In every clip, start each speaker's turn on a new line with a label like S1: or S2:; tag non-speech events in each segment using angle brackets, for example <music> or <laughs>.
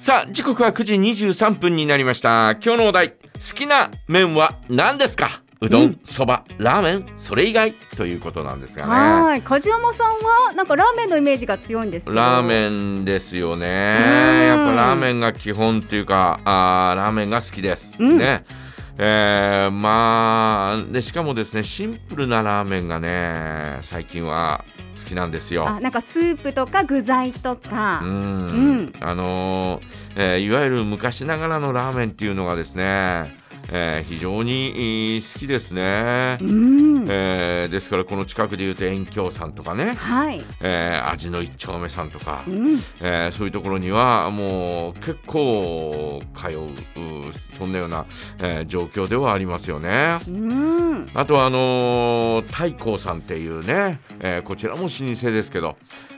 S1: さあ時刻は9時23分になりました今日のお題好きな麺は何ですかうど、
S2: うん
S1: そば、ラーメン、それ以外ということなんですがね
S2: はい、梶山さんはなんかラーメンのイメージが強いんですけど。
S1: ラー
S2: ン。
S1: メンですよね
S2: うん
S1: やっぱラーメンが基本っていうかあーラーメンが好きです、
S2: うん
S1: ねえーまあでしかもですねシンプルなラーメンがね最近は好きなんですよ
S2: あ、なんかスープとか具材とか。
S1: うん
S2: うん
S1: あのーえーいわゆる昔ながらのラーメンっていうのがですね、えー非常にえー好きですね
S2: う、ん。
S1: えーですからこの近くでいうと遠京さんとかね、
S2: はい。
S1: えー味の一丁目さんとか
S2: う、ん。
S1: えーそういうところにはもう結構通ううそんなような、えー状況ではありますよね。
S2: うん。
S1: あとはあのー太閤さんっていうね、えーこちらも老舗ですけど、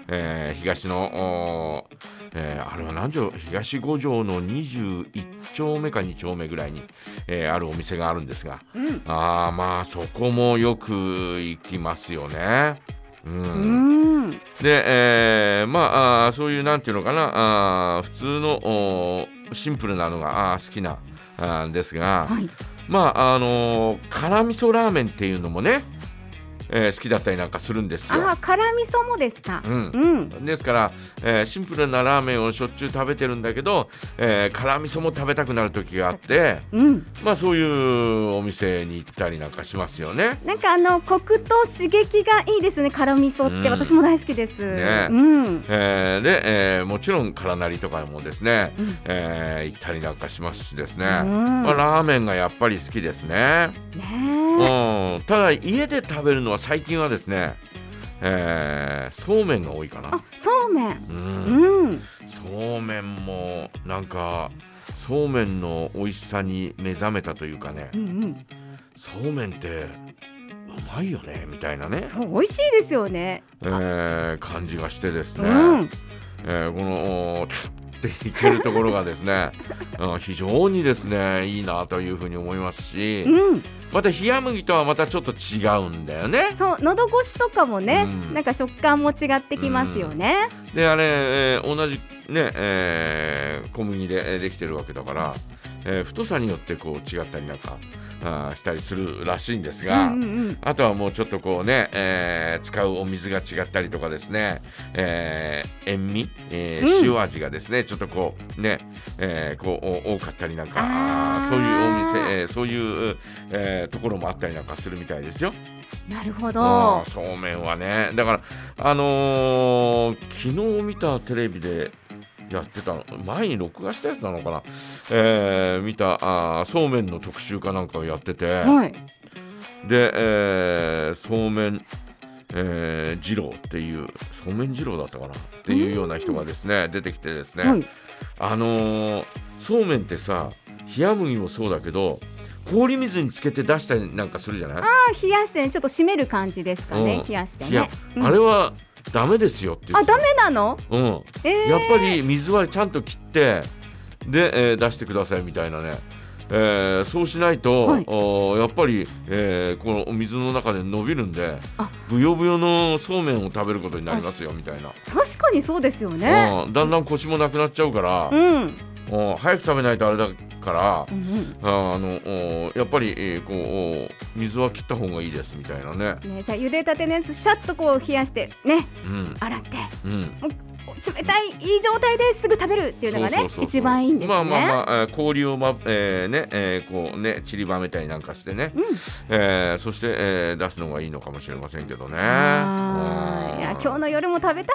S1: えー東の、おーえーあれは何条東五条の21丁目か2丁目ぐらいに、えーあるお店があるんですが
S2: うん。
S1: あーまあそこもよく行きますよね。うん
S2: うん。
S1: で、えーまああーそういうなんていうのかなあー普通のおーシンプルなのがあー好きなあーですが。
S2: はい。
S1: まああのー辛味噌ラーメンっていうのもね、えー好きだったりなんかするんですよ
S2: あ、。辛味噌もですか。
S1: うん
S2: うん。
S1: ですから、えーシンプルなラーメンをしょっちゅう食べてるんだけど、えー辛味噌も食べたくなる時があって、
S2: うん。
S1: まあ、そういうお店に行ったりなんかしますよね。
S2: なんかあのコクと刺激がいいですね。辛味噌って、
S1: うん
S2: 私も大好きです。
S1: ね
S2: うん。
S1: えーで、えーもちろん辛なりとかもですね、
S2: うん
S1: えー行ったりなんかしますしですね、
S2: うん
S1: まあ、ラーメンがやっぱり好きですね。
S2: ね
S1: うん、ただ家で食べるのは最近はですね、えーそうめんが多いか
S2: あ
S1: な、、
S2: そうめん。
S1: う、
S2: うんん。
S1: そうめんもなんかそうめんの美味しさに目覚めたというかね
S2: うん
S1: そうめんってうまいよねみたいなね
S2: うん。、そう、美味しいですよね。
S1: えー感じがしてです
S2: う
S1: ね、
S2: ん。
S1: えーこのおーっていけるところがですね、 <laughs> うん非常にですねいいなというふうに思いますし、
S2: うん。
S1: また冷麦とはまたちょっと違うんだよね。
S2: そう、喉越しとかもね、
S1: うん
S2: なんか食感も違ってきますよね。
S1: であれ、えー同じね、えー小麦でえーできてるわけだから、えー太さによってこう違ったりなんかあーしたりするらしいんです
S2: う
S1: が。
S2: んうん
S1: あとはもうちょっとこうね、えー使うお水が違ったりとかですね、えー塩味、えー
S2: うん
S1: 塩味がですね、ちょっとこうね、えーこうお多かったりなんか、
S2: あー
S1: あーそういうお店、えーそういう、えーところもあったりなんかするみたいですよ。
S2: うん。なるほ
S1: あ
S2: ど
S1: あ。そうめんはねだからあのー昨日見たテレビでやってたの前に録画したやつなのかな、えー見たあーそうめんの特集かなんかをやってて、
S2: はい。
S1: で、えーそうめん、えー、二郎っていうそうめん二郎だったかなっていうような人がですね出てきてですね、
S2: はい。
S1: あのーそうめんってさ冷麦もそうだけど氷水につけて出したりなんかするじゃない
S2: あ冷やしてね、ちょっと締める感じですかね
S1: うん。
S2: 冷やして
S1: いや
S2: ね。うん
S1: あれはダメですよって言
S2: あ、
S1: って
S2: ダメなの？
S1: うん、
S2: ええ
S1: やっぱり水はちゃんと切ってで、えー出してくださいみたいなね、えーそうしないと、
S2: はい
S1: おーやっぱり、えーこの水の中で伸びるんで
S2: あ
S1: ぶよぶよのそうめんを食べることになりますよみたいな、
S2: 確かにそうですよね。
S1: うんだんだん腰もなくなっちゃうから
S2: う、ん。
S1: うん早く食べないとあれだから
S2: う。ん
S1: あーあのおーやっぱり、えーこうおー水は切った方がいいですみたいなね。
S2: うん。ね、じゃあ茹でたてのやつシャッとこう冷やしてね
S1: うん
S2: 洗って
S1: うん、
S2: 冷たいいい状態ですぐ食べるっていうのが
S1: そ
S2: ね
S1: うそうそうそう
S2: 一番いいんですね。
S1: まあまあまあ、えー氷をま、えーね、えーこうね、散りばめたりなんかしてね。えーそして、えー出すのがいいのかもしれませんけどね。
S2: あーいや今日
S1: の
S2: の夜も食べたい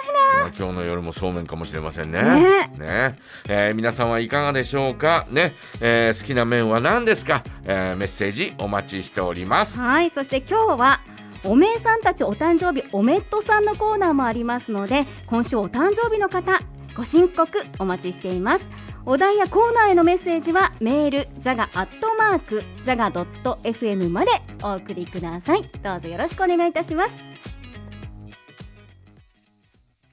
S1: 今日の夜もそうめんかもしれませんね。
S2: ね
S1: ねえー皆さんはいかがでしょうか。ね、えー好きな麺は何ですか、えーメッセージお待ちしております。
S2: な。はい、そして今日は。おめえさんたちお誕生日おめっとさんのコーナーもありますので今週お誕生日の方ご申告お待ちしていますお題やコーナーへのメッセージはメールジャガアットマークジャガ .fm までお送りくださいどうぞよろしくお願いいたします